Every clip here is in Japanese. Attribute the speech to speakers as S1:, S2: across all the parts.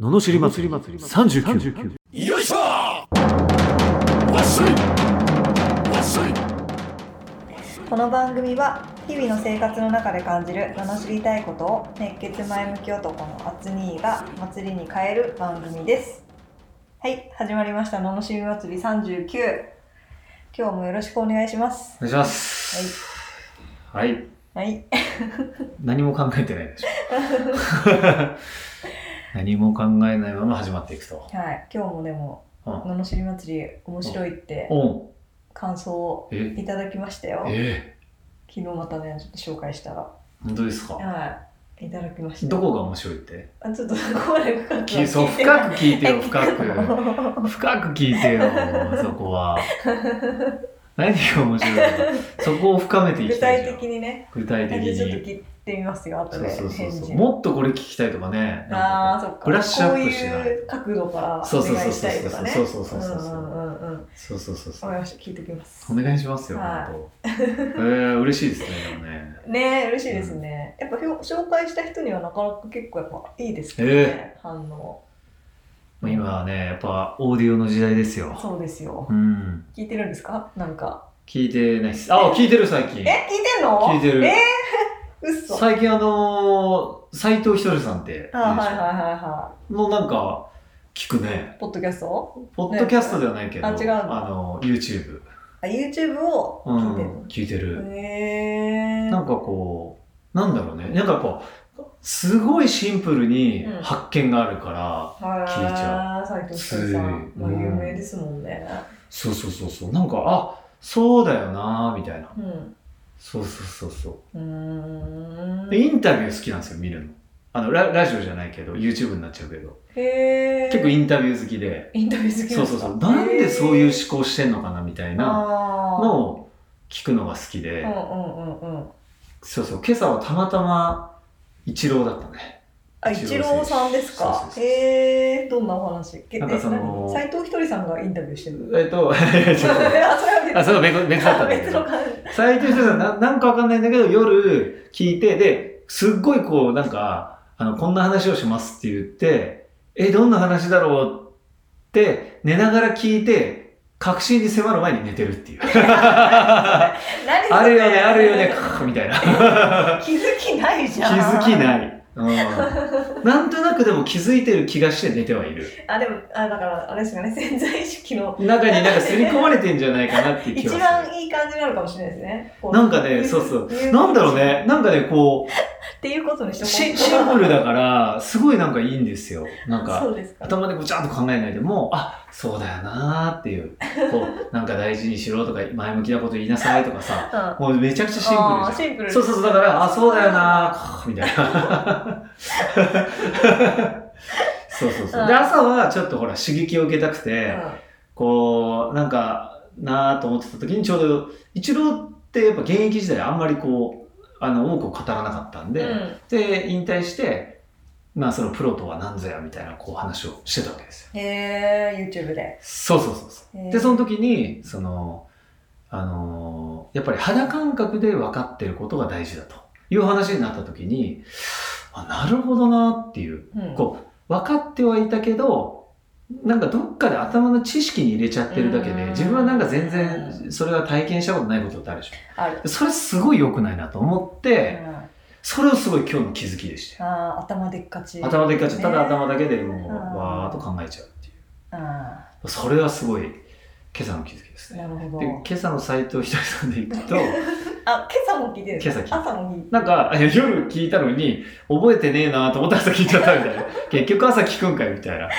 S1: ののしり祭り39
S2: よいしょわっしょいわっしょい
S3: この番組は日々の生活の中で感じる罵りたいことを熱血前向き男のアツニーが祭りに変える番組ですはい始まりました罵り祭り39今日もよろしくお願いします
S4: お願いします。はい。
S3: はい
S4: 何も考えてない でしょ。何も考えないまま始まっていくと。
S3: はい今日もでも
S4: うん。
S3: 罵り祭り面白いって
S4: オン。
S3: 感想を
S4: え
S3: いただきましたよ
S4: え
S3: 昨日またねちょっと紹介したら
S4: 本当ですか
S3: はいいただきました
S4: どこが面白いって
S3: あちょっとそこまで深く
S4: きそう、深
S3: は
S4: く聞いて よ、
S3: 聞い
S4: 深
S3: てない
S4: く。深く聞いて よ、そこは。何が面白いのそこを深めて い
S3: 具
S4: きたい
S3: 体
S4: じゃん
S3: 的。にね
S4: 具体的
S3: ちょっと
S4: に。
S3: 切ってみますよ後
S4: そう
S3: で
S4: そうそう
S3: 返
S4: そう。
S3: 事
S4: もっとこれ聞きたいとかね。
S3: あ
S4: な
S3: あ
S4: んか
S3: そっか
S4: ブラッシュアップし
S3: こう
S4: ない
S3: いう角度からお
S4: そうそう
S3: 願
S4: そう
S3: いし
S4: そう
S3: たいとかね
S4: そうそうそうそうそうん
S3: うんうんうん
S4: そうそうそうそ
S3: わ
S4: う
S3: か。りました聞いておきます
S4: お願いしますよ、
S3: はい
S4: 本当。えー、嬉しいですね、でもね。
S3: ねえ嬉しいですね、やっぱひょ紹介した人にはなかなか結構やっぱいいですけどね、
S4: え
S3: 反応
S4: まあ今はね、やっぱオーディオの時代ですよ。
S3: そうですよ
S4: うん。
S3: 聞いてるんですかなんか
S4: 聞いてないっす。あ、聞いてる最
S3: え。聞い
S4: 近
S3: てんの
S4: 聞いてる
S3: えー、嘘
S4: 最近あのー、斎藤ひとりさんっているでしょ、
S3: あはいはいはいは
S4: のなんか、聞くね。
S3: いポッドキャスト
S4: ポッドキャストではないけど、
S3: あ違うの
S4: あの、YouTube。
S3: あ YouTube を
S4: う
S3: 聞いて
S4: ん、聞いて
S3: る
S4: る。
S3: のへえ
S4: なんかこう、なんだろうね。なんかこう、すごいシンプルに
S3: うん
S4: 発見があるから、
S3: はい
S4: 聞いちゃ
S3: 斉藤ひとりさん、
S4: つい
S3: まあ、
S4: うん
S3: 有名ですもんね
S4: そうそうそうそう。なんか、あ、そうだよなーみたいな。
S3: うん
S4: そうそうそうそう。
S3: うーん
S4: でインタビュー好きなんですよ、見るの。あのララジオじゃないけど、YouTube になっちゃうけど、
S3: へー
S4: 結構インタビュー好きで、
S3: インタビュー好き
S4: そうそうそう、なんでそういうう思考してんのかなみたいな
S3: の
S4: のを聞くのが好きで
S3: うん、うんうんうん
S4: そうそう、今朝はたまたま、一郎だったね。
S3: あ一郎さんです
S4: そう
S3: か
S4: そうそう
S3: へえどんなお話け
S4: なんかその
S3: え何斉藤ひとりさんがインタビューしてる
S4: えっと、
S3: あそれは
S4: あ、そう、別別だったんだけ
S3: 別の
S4: ど、
S3: 感
S4: 最近さんな、なんかわかんないんだけど、夜聞いて、で、すっごいこう、なんか、あの、こんな話をしますって言って、え、どんな話だろうって、寝ながら聞いて、確信に迫る前に寝てる っていう。あ
S3: じ何そ
S4: るよね、あるよね、カーみたいな。
S3: 気づきないじ
S4: 気
S3: ゃん
S4: づき
S3: い
S4: ない。うん、なんとなくでも気づいてる気がして寝てはいる。
S3: あでもあだからあれですかね潜在意識の
S4: 中になんか刷り込まれてんじゃないかなっていう気
S3: 一
S4: がする。
S3: 番いい感じなのかもしれないですねこう
S4: なんかね、そうそう。
S3: 言
S4: なんだろうね、なんかね、こう、
S3: っていうことにしとこ
S4: シシンプルだから、すごいなんかいいんですよ。なんか、
S3: そうですか
S4: 頭でごちゃっと考えないでも、あ、そうだよなーっていう、こ う、なんか大事にしろとか、前向きなこと言いなさいとかさ、
S3: うん
S4: もうめちゃくちゃシン
S3: あー
S4: プルじゃん。
S3: シンプル
S4: そうそうそう、だから、あ、そうだよなー、みたいな。 そうそうそう。で、
S3: うん
S4: 朝はちょっとほら、刺激を受けたくて、
S3: うん
S4: こう、なんか、なーと思ってた時にちょうど、一郎ってやっぱ現役時代あんまりこう、あの、多くを語らなかったんで、
S3: うん
S4: で引退して、まあ、そのプロとは何ぞやみたいなこう話をしてたわけですよ。
S3: へえ YouTube で。
S4: そうそうそうそ
S3: へ
S4: う。
S3: ー
S4: でその時にその、あのーやっぱり肌感覚で分かってることが大事だという話になった時にあなるほどなっていう
S3: うん
S4: こう分かってはいたけどなんかどっかで頭の知識に入れちゃってるだけ
S3: う
S4: で
S3: ん
S4: 自分はなんか全然それは体験したことないことってあるでし
S3: ある。
S4: ょそれすごい良くないなと思っ
S3: う
S4: て
S3: ん、あ
S4: それをすごい今日の気づきでした。
S3: ー頭でっかち。
S4: 頭でっかち、ただ
S3: ね
S4: 頭だけでもう、
S3: うん
S4: わーっと考えちゃうってい
S3: あ
S4: う。それはすごい、今朝の気づきです
S3: ー
S4: ね。
S3: なるほ
S4: で、
S3: ど。
S4: 今朝の斎藤ひとりさんでいくと、
S3: あ、今朝も聞いてるんですか
S4: 今朝聞い
S3: 朝も聞いて
S4: なんか、いや夜聞いたのに、覚えてねえなと思ったら朝聞いちゃったみたいな。 結局朝聞くんかいみたいな。
S3: る。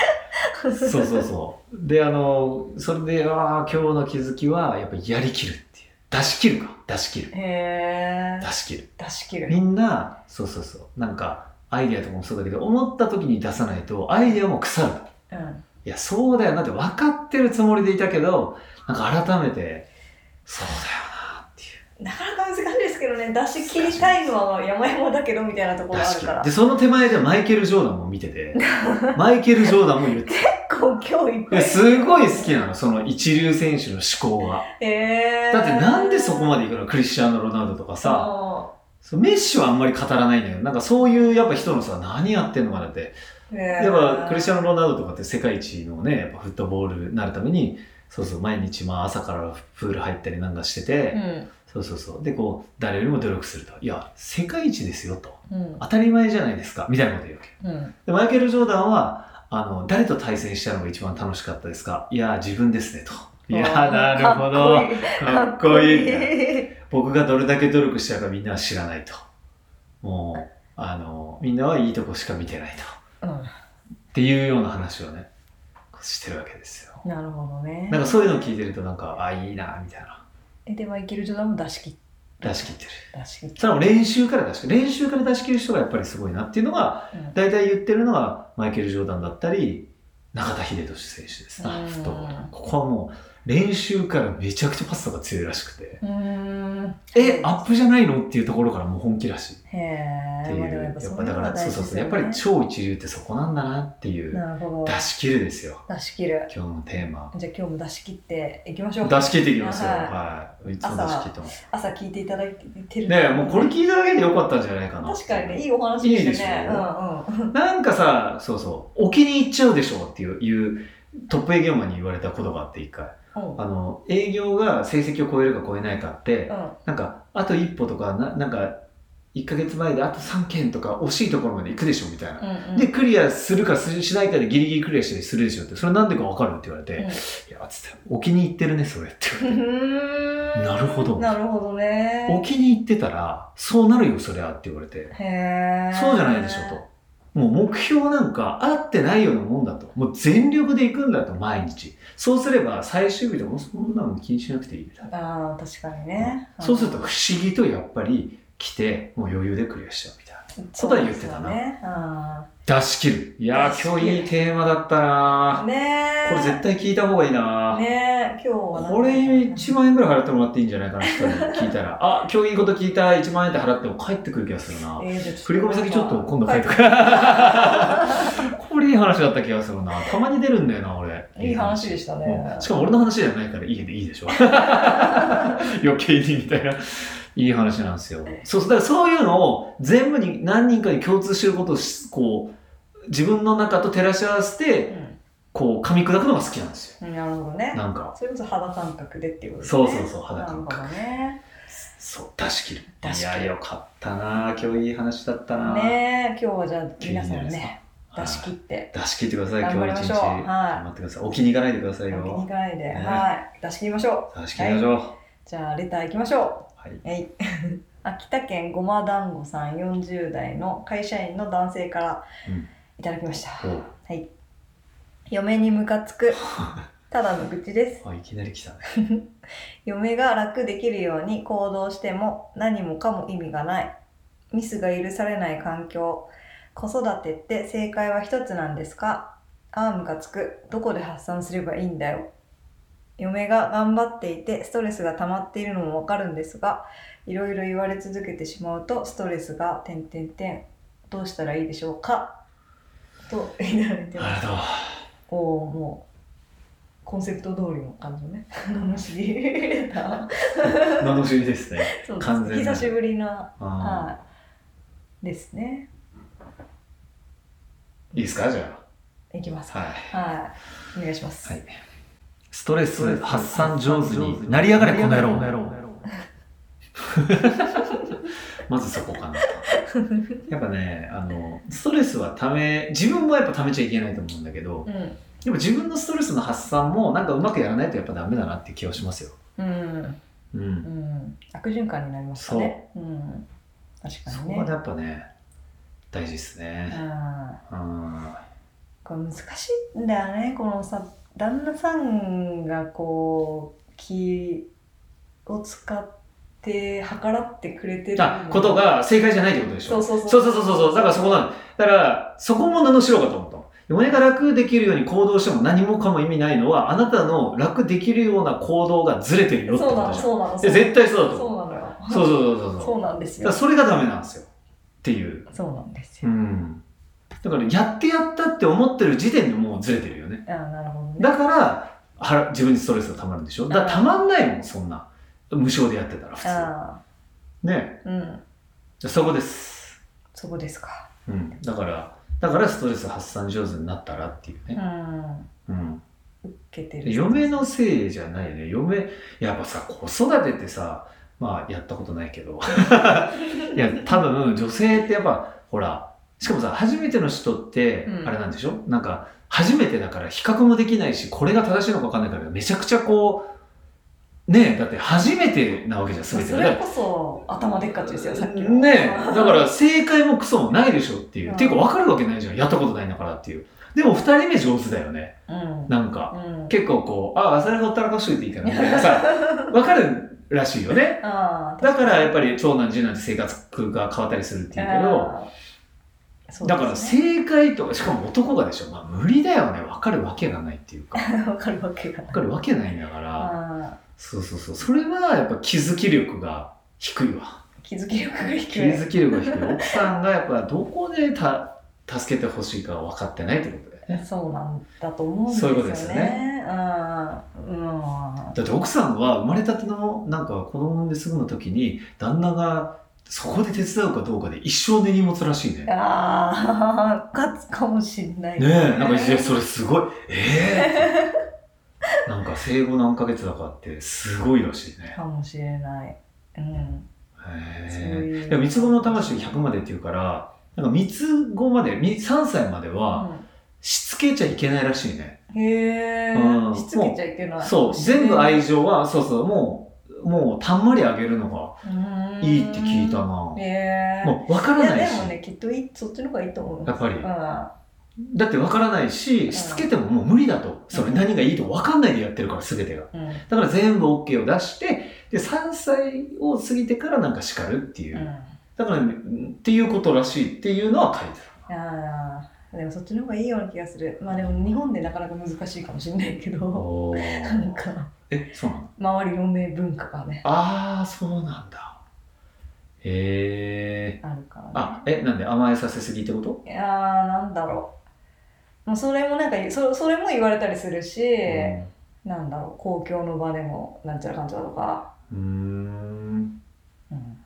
S4: そうそうそう。で、あの、それで、ああ、今日の気づきは、やっぱやりきるっていう。出し切るか。出し切る。
S3: へえ
S4: 出。し切る。
S3: 出し切る。
S4: みんな、そうそうそう。なんか、アイディアとかもそうだけど、思った時に出さないと、アイディアも腐る。
S3: うん。
S4: いや、そうだよなって分かってるつもりでいたけど、なんか改めて、そうだよなっていう。
S3: なかなか難しいですけどね、出し切りたいのは山々だけどみたいなところがあるから。
S4: で、
S3: 結
S4: その手前でマイケル・ジョーダンも見 てて、マイケル・ジョーダンも言ってたい
S3: 構今日いっぱ
S4: や。
S3: い。
S4: すごい好きなの、その一流選手の思考が。
S3: へえ。
S4: だってなんでそこま
S3: で
S4: で行くのクリスチャーノ・ロナウドとかさ、
S3: さ、
S4: そうメッシュはあんまり語らないんだけど、なんかそういうやっぱ人のさ、何やってんのかなって、
S3: で
S4: やっぱクリスチャン・ロナウドとかって世界一のねやっぱフットボールになるためにそうそう毎日まあ朝からプール入ったりなんかしてて、そうそうそうでこう誰よりも努力するといや世界一ですよと
S3: うんうん
S4: 当たり前じゃないですかみたいなこと言うわけ
S3: うん
S4: でマイケル・ジョーダンはあの誰と対戦したのが一番楽しかったですかいや自分ですねといやなるほどかっこいい僕がどれだけ努力したかみんなは知らないともうあのみんなはいいとこしか見てないとっていうような話をねしてるわけですよ
S3: なるほどね
S4: なんかそういうのを聞いてるとなんかあいいなみたいな
S3: えでマイケル・ジョーダンも出し切っ
S4: 出し切ってる
S3: 出し切っ
S4: それはもう練習から出し切る練習から出し切る人がやっぱりすごいなっていうのが
S3: うん
S4: 大体言ってるのがマイケル・ジョーダンだったり中田英寿選手ですな
S3: うん
S4: フットボールここはもう練習からめちゃくちゃパスとか強いらしくて
S3: うーん
S4: えアップじゃないのっていうところからもう本気らしい
S3: へ
S4: って
S3: え
S4: いう、
S3: まあでもや
S4: や
S3: っぱ
S4: っぱ
S3: そういう
S4: だ
S3: の
S4: か
S3: が
S4: ら
S3: 大
S4: そう
S3: 事
S4: そ
S3: です
S4: うそう、
S3: よ
S4: やっ
S3: ね
S4: ぱり超一流ってそこなんだなっていう
S3: なるほど
S4: 出し切るですよ
S3: 出し切る
S4: 今日のテーマ
S3: じゃあ今日も出し切っていきましょう
S4: 出し切っていきますよ
S3: はい
S4: はいいつも出し切ってます
S3: 朝聞いていただいてる
S4: ねえもうこれ聞いただけでよかったんじゃないかな
S3: 確かにねいいお話でしたね
S4: いいでしょ
S3: うんうん
S4: なんかさそうそう置きに行っちゃうでしょっていういうトップ営業マンに言われたことがあって一回
S3: うん
S4: あの営業が成績を超えるか超えないかって
S3: うん
S4: なんかあと一歩とかななんか1ヶ月前であと3件とか惜しいところまで行くでしょみたいな
S3: うんうん
S4: で、クリアするかすしないかでギリギリクリアしたりするでしょって、それなんでかわかるって言われて、
S3: うん
S4: いや、つって、お気に入ってるね、それって
S3: う
S4: 言われて。
S3: ーん
S4: なるほど
S3: なるほどね
S4: お気に入ってたら、そうなるよ、そりゃって言われて。
S3: へえ
S4: そうじゃないでしょ、と。もう目標なんか合ってないようなもんだと。もう全力で行くんだと、毎日。そうすれば、最終日でもそんなの気にしなくていいみたいな。
S3: ああ確かにね
S4: そうすると不思議とやっぱり来て、もう余裕でクリアしちゃうみたい
S3: うん
S4: とは言って
S3: そ
S4: たな
S3: うですよねあ
S4: な。出し切る。いや
S3: 出し
S4: ー、
S3: 切る
S4: 今日いいテーマだったな
S3: ー
S4: ー
S3: ねえ
S4: これ絶対聞いた方がいいなー
S3: ねえ今日はなんか
S4: これ1万円ぐらい払ってもらっていいんじゃないかな、人に聞いたら。あ、今日いいこと聞いた、1万円って払っても返ってくる気がするな。
S3: えーじゃあょっと
S4: 振り込み先ちょっと今度書いてくる。これいい話だった気がするな。たまに出るんだよな、俺。
S3: いい話でしたね
S4: うんしかも俺の話じゃないからいいでいいで しょ。余計にみたいな。いい話なんですよ。そうそう、だからそういうのを全部に何人かに共通してることをしこう、自分の中と照らし合わせて、こう、噛み砕くのが好きなんですよ。
S3: うんなるほどね
S4: なんか。
S3: それこそ肌感覚でっていうことです
S4: そ
S3: ね
S4: うそうそう、肌感覚。
S3: なるほどね
S4: そう、出し切る。
S3: 出し切る
S4: いや、よかったな今日いい話だったな
S3: ねえ今日はじゃあ
S4: 聞いて
S3: 皆
S4: み
S3: さん
S4: てください
S3: ね出し切って
S4: 出し切ってください、今
S3: 頑張り
S4: 日
S3: ま
S4: 一
S3: し
S4: 日。
S3: ょうはい
S4: 頑張ってください。置きに行かないでください
S3: 本気にい
S4: よ。
S3: かないで、
S4: ね
S3: はい出し切りましょう
S4: 出し切りましょう。
S3: じゃあレターいきましょ
S4: はい。
S3: うはい 秋田県ごま団子さん40代の会社員の男性から
S4: うん
S3: いただきました、
S4: おう
S3: はい嫁にムカつくただの愚痴です
S4: あ、いきなり来たね。
S3: 嫁が楽できるように行動しても何もかも意味がないミスが許されない環境子育てって正解は一つなんですかああムカつくどこで発散すればいいんだよ嫁が頑張っていてストレスが溜まっているのもわかるんですがいろいろ言われ続けてしまうとストレスが点点点どうしたらいいでしょうかと言われて
S4: あ
S3: ま
S4: り
S3: す
S4: がとう。
S3: おおもうコンセプト通りの感じのね話で
S4: 楽しみですね。
S3: そうです
S4: 完全な
S3: 久しぶりな、
S4: あ
S3: はい、ですね。
S4: ーいいですか、じゃ
S3: いきますか。
S4: あ。は
S3: は
S4: い。
S3: い、お願いします。
S4: はい。ストレス発
S1: 発
S4: 散
S1: 散
S4: 上
S1: 上
S4: 手
S1: 手
S4: に
S1: に
S4: な
S1: な
S4: り
S1: り
S4: や
S1: やが
S4: がれ、
S1: れ
S4: こ
S1: こ
S4: の
S1: の
S4: 野
S1: 野
S4: 郎。
S1: 郎
S4: まずそ こかな。やっぱね、あの、ストレスはため、自分もやっぱためちゃいけないと思うんだけど、
S3: うん、
S4: でも自分のストレスの発散もなんかうまくやらないとやっぱダメだなって気はしますよ。
S3: うん、
S4: う。
S3: うんん、悪循環になりますかね。うん、確か
S4: そ
S3: に
S4: こは
S3: ね。
S4: やっぱね、大事ですね。
S3: あー
S4: うん。
S3: これ難しいんだよね。このさ、旦那さんがこう気を使って計らってくれてる
S4: あ、こと。が正解じゃないってことでし
S3: そ
S4: ょ。
S3: うそうそう。
S4: そうそうそうそうそう。だからそこなの。だから、そこも名のしろかと思ったの。嫁が楽できるように行動しても何もかも意味ないのは、あなたの楽できるような行動がずれてるよってこ
S3: そう
S4: と
S3: なの、
S4: でしょ。
S3: そうなの。
S4: いや絶対そうだと
S3: そう
S4: 思
S3: なのよ。
S4: う。そうそうそうそうそう。
S3: そうなんです
S4: だか
S3: よ
S4: ら。それがダメなんですよ。っていう。
S3: そうなんです
S4: う
S3: よ。
S4: ん。だから、やってやったって思ってる時点でもうずれてるよね。
S3: あー、なるほどね。
S4: だからは自分にストレスがたまるんでしょだからたまんないもんそんな無償でやってたら普通
S3: あ
S4: ね
S3: あ、うん、
S4: じゃあそこです、
S3: そこですか。
S4: うん、だからだだからストレス発散上手になったらっていうね。
S3: ん。
S4: うん。
S3: 受けて
S4: で
S3: る。
S4: 嫁のせいじゃないね。嫁、やっぱさ、子育てってさ、まあ、やったことない けど。いや、多分、女性ってやっぱ、ほら、しかもさ、初めての人って
S3: う、ん
S4: あれなんでしょ、なんか、初めてだから比較もできないし、これが正しいのかわかんないから、めちゃくちゃこう、ねえ、だって初めてなわけじゃん、
S3: そ
S4: 全てが。
S3: れこそ頭でっかちですよ、さっきの。
S4: ね え、だから正解もクソもないでしょっていう。
S3: うん
S4: ていうか分かるわけないじゃん。やったことないんだからっていう。でも二人目上手だよね。
S3: うん。
S4: なんか。
S3: うん。
S4: 結構こう、ああ、それほったらかしといていいかなみたいなさ、 分かるらしいよね。
S3: あ
S4: だからやっぱり長男、次男って生活が変わったりするっていうけど、
S3: そう
S4: だから
S3: ですね
S4: 正解とか、しかも男がでしょ、まあ無理だよね。分かるわけがないっ ていうか、
S3: わかるわけがない
S4: 分かるわけないんだから、
S3: あ
S4: そうそうそう。それはやっぱ気づき力が低いわ。
S3: ー気づき力が低
S4: 気
S3: い
S4: づき力が低い奥さんがやっぱどこでた助けてほしいか分かってないってことだよね
S3: そうなんだと思うんです
S4: そう
S3: よ
S4: いう
S3: ね
S4: ことですよね
S3: うんうん
S4: だって奥さんは生まれたてのなんか子供産んですぐの時に旦那がそこで手伝うかどうかで一生根に持つらしいねね
S3: ああ勝つかもしれない
S4: えなんかいやそれすごいええなんか生後何ヶ月だかってすごいらしいね
S3: かもしれないうんそう
S4: へ
S3: い
S4: え
S3: う
S4: でも三つ子の魂100までっていうからなんか三つ子までみ3歳まではしつけちゃいけないらしいね
S3: うんへ
S4: う
S3: え
S4: ん
S3: しつけちゃいけない
S4: そう、全部愛情は、そうそう、もう、もうたんまりあげるのがいいって聞いたな。
S3: へえ
S4: もう分からない
S3: や
S4: し
S3: で、もねきっといいそっちの方がいいと思う
S4: やっぱり
S3: うん。
S4: だって分からないし、
S3: ん
S4: しつけてももう無理だと。それ
S3: うん
S4: 何がいいと分かんないでやってるから、全てが。
S3: うん
S4: だから全部 OK を出して、で、3歳を過ぎてからなんか叱るっていうう。
S3: ん
S4: だからね、うんっていうことらしいっていうのは書いて
S3: ああでもそっちの方がいいような気がするまあでも日本でなかなか難しいかもしれないけ
S4: あ
S3: どな
S4: る。
S3: んか
S4: え、そうなの
S3: 周りの名文化がね
S4: ああ、そうなんだ。へえ。
S3: あるからね
S4: あ、え、なんで甘えさせすぎってこと
S3: いやーなんだろうもうそれもなんかそそれも言われたりするし、なんだろう公共の場でもなんちゃらかんちゃらとか、
S4: うん。うーん
S3: うん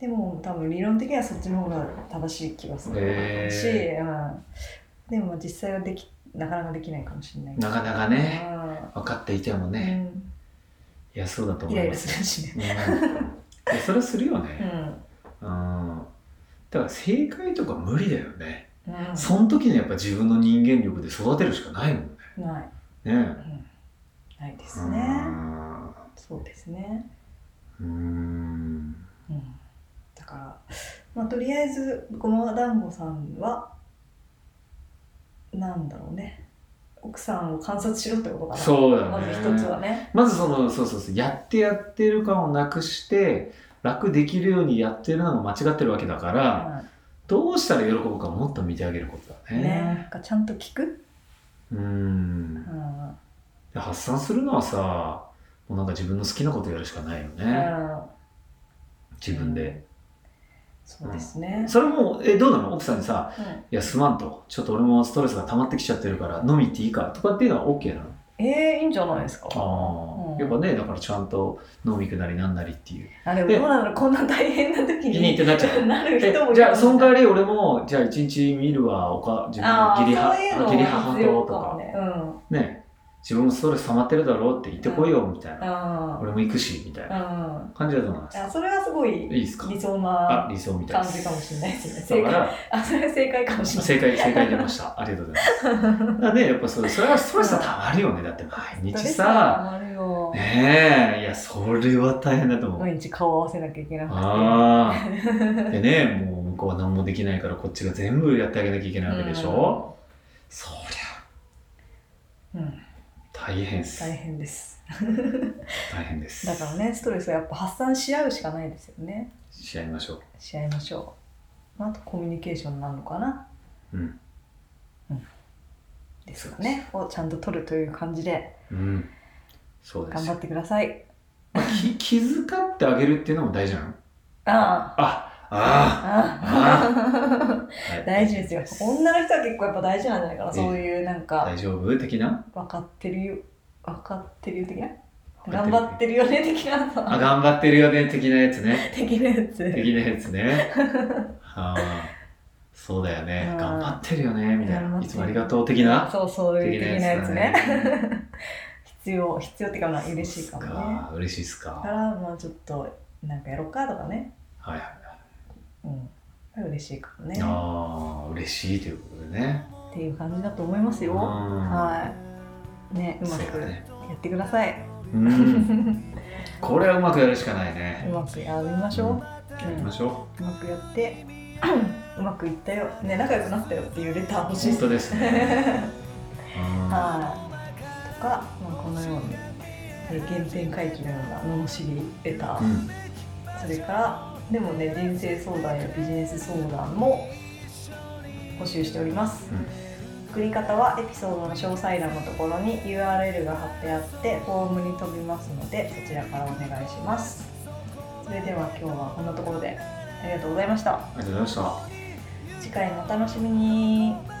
S3: でも多分理論的にはそっちの方が正しい気がするし、
S4: へ
S3: うん、でも実際はできなかなかできないかもしれない
S4: なかなかね、分かっていても
S3: うん
S4: ね、いや、そうだと
S3: うん、イ
S4: 思
S3: ラ
S4: い
S3: イ
S4: ま
S3: ラ
S4: す。
S3: するしね、
S4: うんいやそれはするよ
S3: う
S4: ね。
S3: ん
S4: うん。だから正解とか無理だよね。
S3: うん、
S4: その時にやっぱ自分の人間力で育てるしかないもんね。
S3: ない、
S4: ね
S3: うん、ないで
S4: う
S3: すね、
S4: ん。
S3: そうですね、
S4: うん。
S3: うん、だから、まあ、とりあえずごま団子さんはなんだろうね奥さんを観察しろってことかな
S4: そうだね。
S3: まず一つはね
S4: まずその、そうそうそう、やってやってる感をなくして、楽できるようにやってるのが間違ってるわけだから、どうしたら喜ぶかもっと見てあげることだ
S3: うん
S4: ね。
S3: ねなんかちゃんと聞く、
S4: うん
S3: う。んうん
S4: で発散するのはさもうなんか自分の好きなことやるしかないよね、自分で
S3: そうですね、
S4: それもえどうなの奥さんにさ
S3: うん
S4: 「いやすまん」と「ちょっと俺もストレスが溜まってきちゃってるから飲み行っていいか」とかっていうのは OK なの
S3: えー、いいんじゃないですか
S4: あ
S3: う
S4: あ、
S3: ん
S4: やっぱねだからちゃんと飲み行くなりなんなりっていう
S3: あでも
S4: で
S3: どうなのこんな大変な時
S4: 気に入っ
S3: に
S4: てなっちゃう
S3: なる
S4: え
S3: 人もいる
S4: じゃあその代わり俺もじゃあ一日見るわおか自分
S3: あ
S4: の
S3: あ
S4: 義理
S3: そういうの
S4: 母義理母
S3: も必要
S4: と
S3: か
S4: と
S3: も
S4: か
S3: ねうん
S4: ね自分もストレス溜まってるだろうって言ってこいよみたいな、
S3: あ
S4: 俺も行くしみたいな
S3: あ
S4: 感じだと思います、
S3: あそれはすごい
S4: いいですか
S3: 理想
S4: あ
S3: な
S4: 理想みたい
S3: 感
S4: です
S3: じかもしれないですね。
S4: だ
S3: 正
S4: か
S3: 解。
S4: ら
S3: あ、それ正解かもしれない。
S4: 正解、正解出 ました。ありがとうございます。だね、やっぱそう、それはストレスはたまるよね。だって毎日さ、
S3: あるよ。
S4: ねえ、いや、それは大変だと思う。
S3: 毎日顔合わせなきゃいけなくて。
S4: ああ。でね、もう向こうは何もできないから、こっちが全部やってあげなきゃいけないわけでしょ。そり
S3: う
S4: ゃ、
S3: ん、
S4: 大変です。
S3: 大変です。
S4: 大変です。
S3: だからね、ストレスはやっぱ発散し合うしかないですよね。
S4: し合いましょう。
S3: し合いましょう。あとコミュニケーションなのかな。
S4: うん。
S3: うん。ですかね。をちゃんと取るという感じで
S4: うん。そうで
S3: 頑
S4: す
S3: 張
S4: よ
S3: っ。てください。
S4: まあき気遣ってあげるっていうのも大事なの
S3: あ
S4: あ
S3: あ。
S4: あ
S3: ああ
S4: あ、はい
S3: 大事ですよ。女の人は結構やっぱ大事なんじゃないかな。そういうなんか。
S4: 大丈夫的な
S3: 分かってるよ分かってるよ的な頑張ってるよね的な
S4: あ、頑 張ってるよね、的なやつね。
S3: 的なやつ
S4: 的なやつね。はあ。そうだ よ
S3: う
S4: ね
S3: ん
S4: 頑張ってるよねみたい
S3: 頑張
S4: な
S3: ってる
S4: いつもありがとう的な
S3: そうそういう的なやつね
S4: 的なやつだ
S3: 必要必要っていうかまあ嬉しいかもね
S4: そうっすか嬉しいっす
S3: だか
S4: から
S3: もうちょっとなんかやろうかとかね
S4: はいはい
S3: うん嬉しいかもねっ
S4: ああ嬉しいということでね
S3: ていう感じだと思いますよ
S4: うん
S3: はいねうま
S4: そう
S3: く
S4: だ
S3: や
S4: ね
S3: ってください
S4: う
S3: うんま
S4: これはうまくやるしかないね
S3: くやりましょう
S4: やりましょ
S3: うまくやって うまくいったよね仲良くなったよっていうレター
S4: う
S3: 欲しい
S4: 本
S3: です
S4: 当ですね うん
S3: はいとか、まあ、このようにえー原点回帰のような罵りレター、
S4: うん
S3: それからでもね人生相談やビジネス相談も募集しております、
S4: うん
S3: 送り方はエピソードの詳細欄のところに URL が貼ってあってフォームに飛びますのでそちらからお願いしますそれでは今日はこんなところでありがとうございました
S4: ありがとうございました
S3: 次回もお楽しみに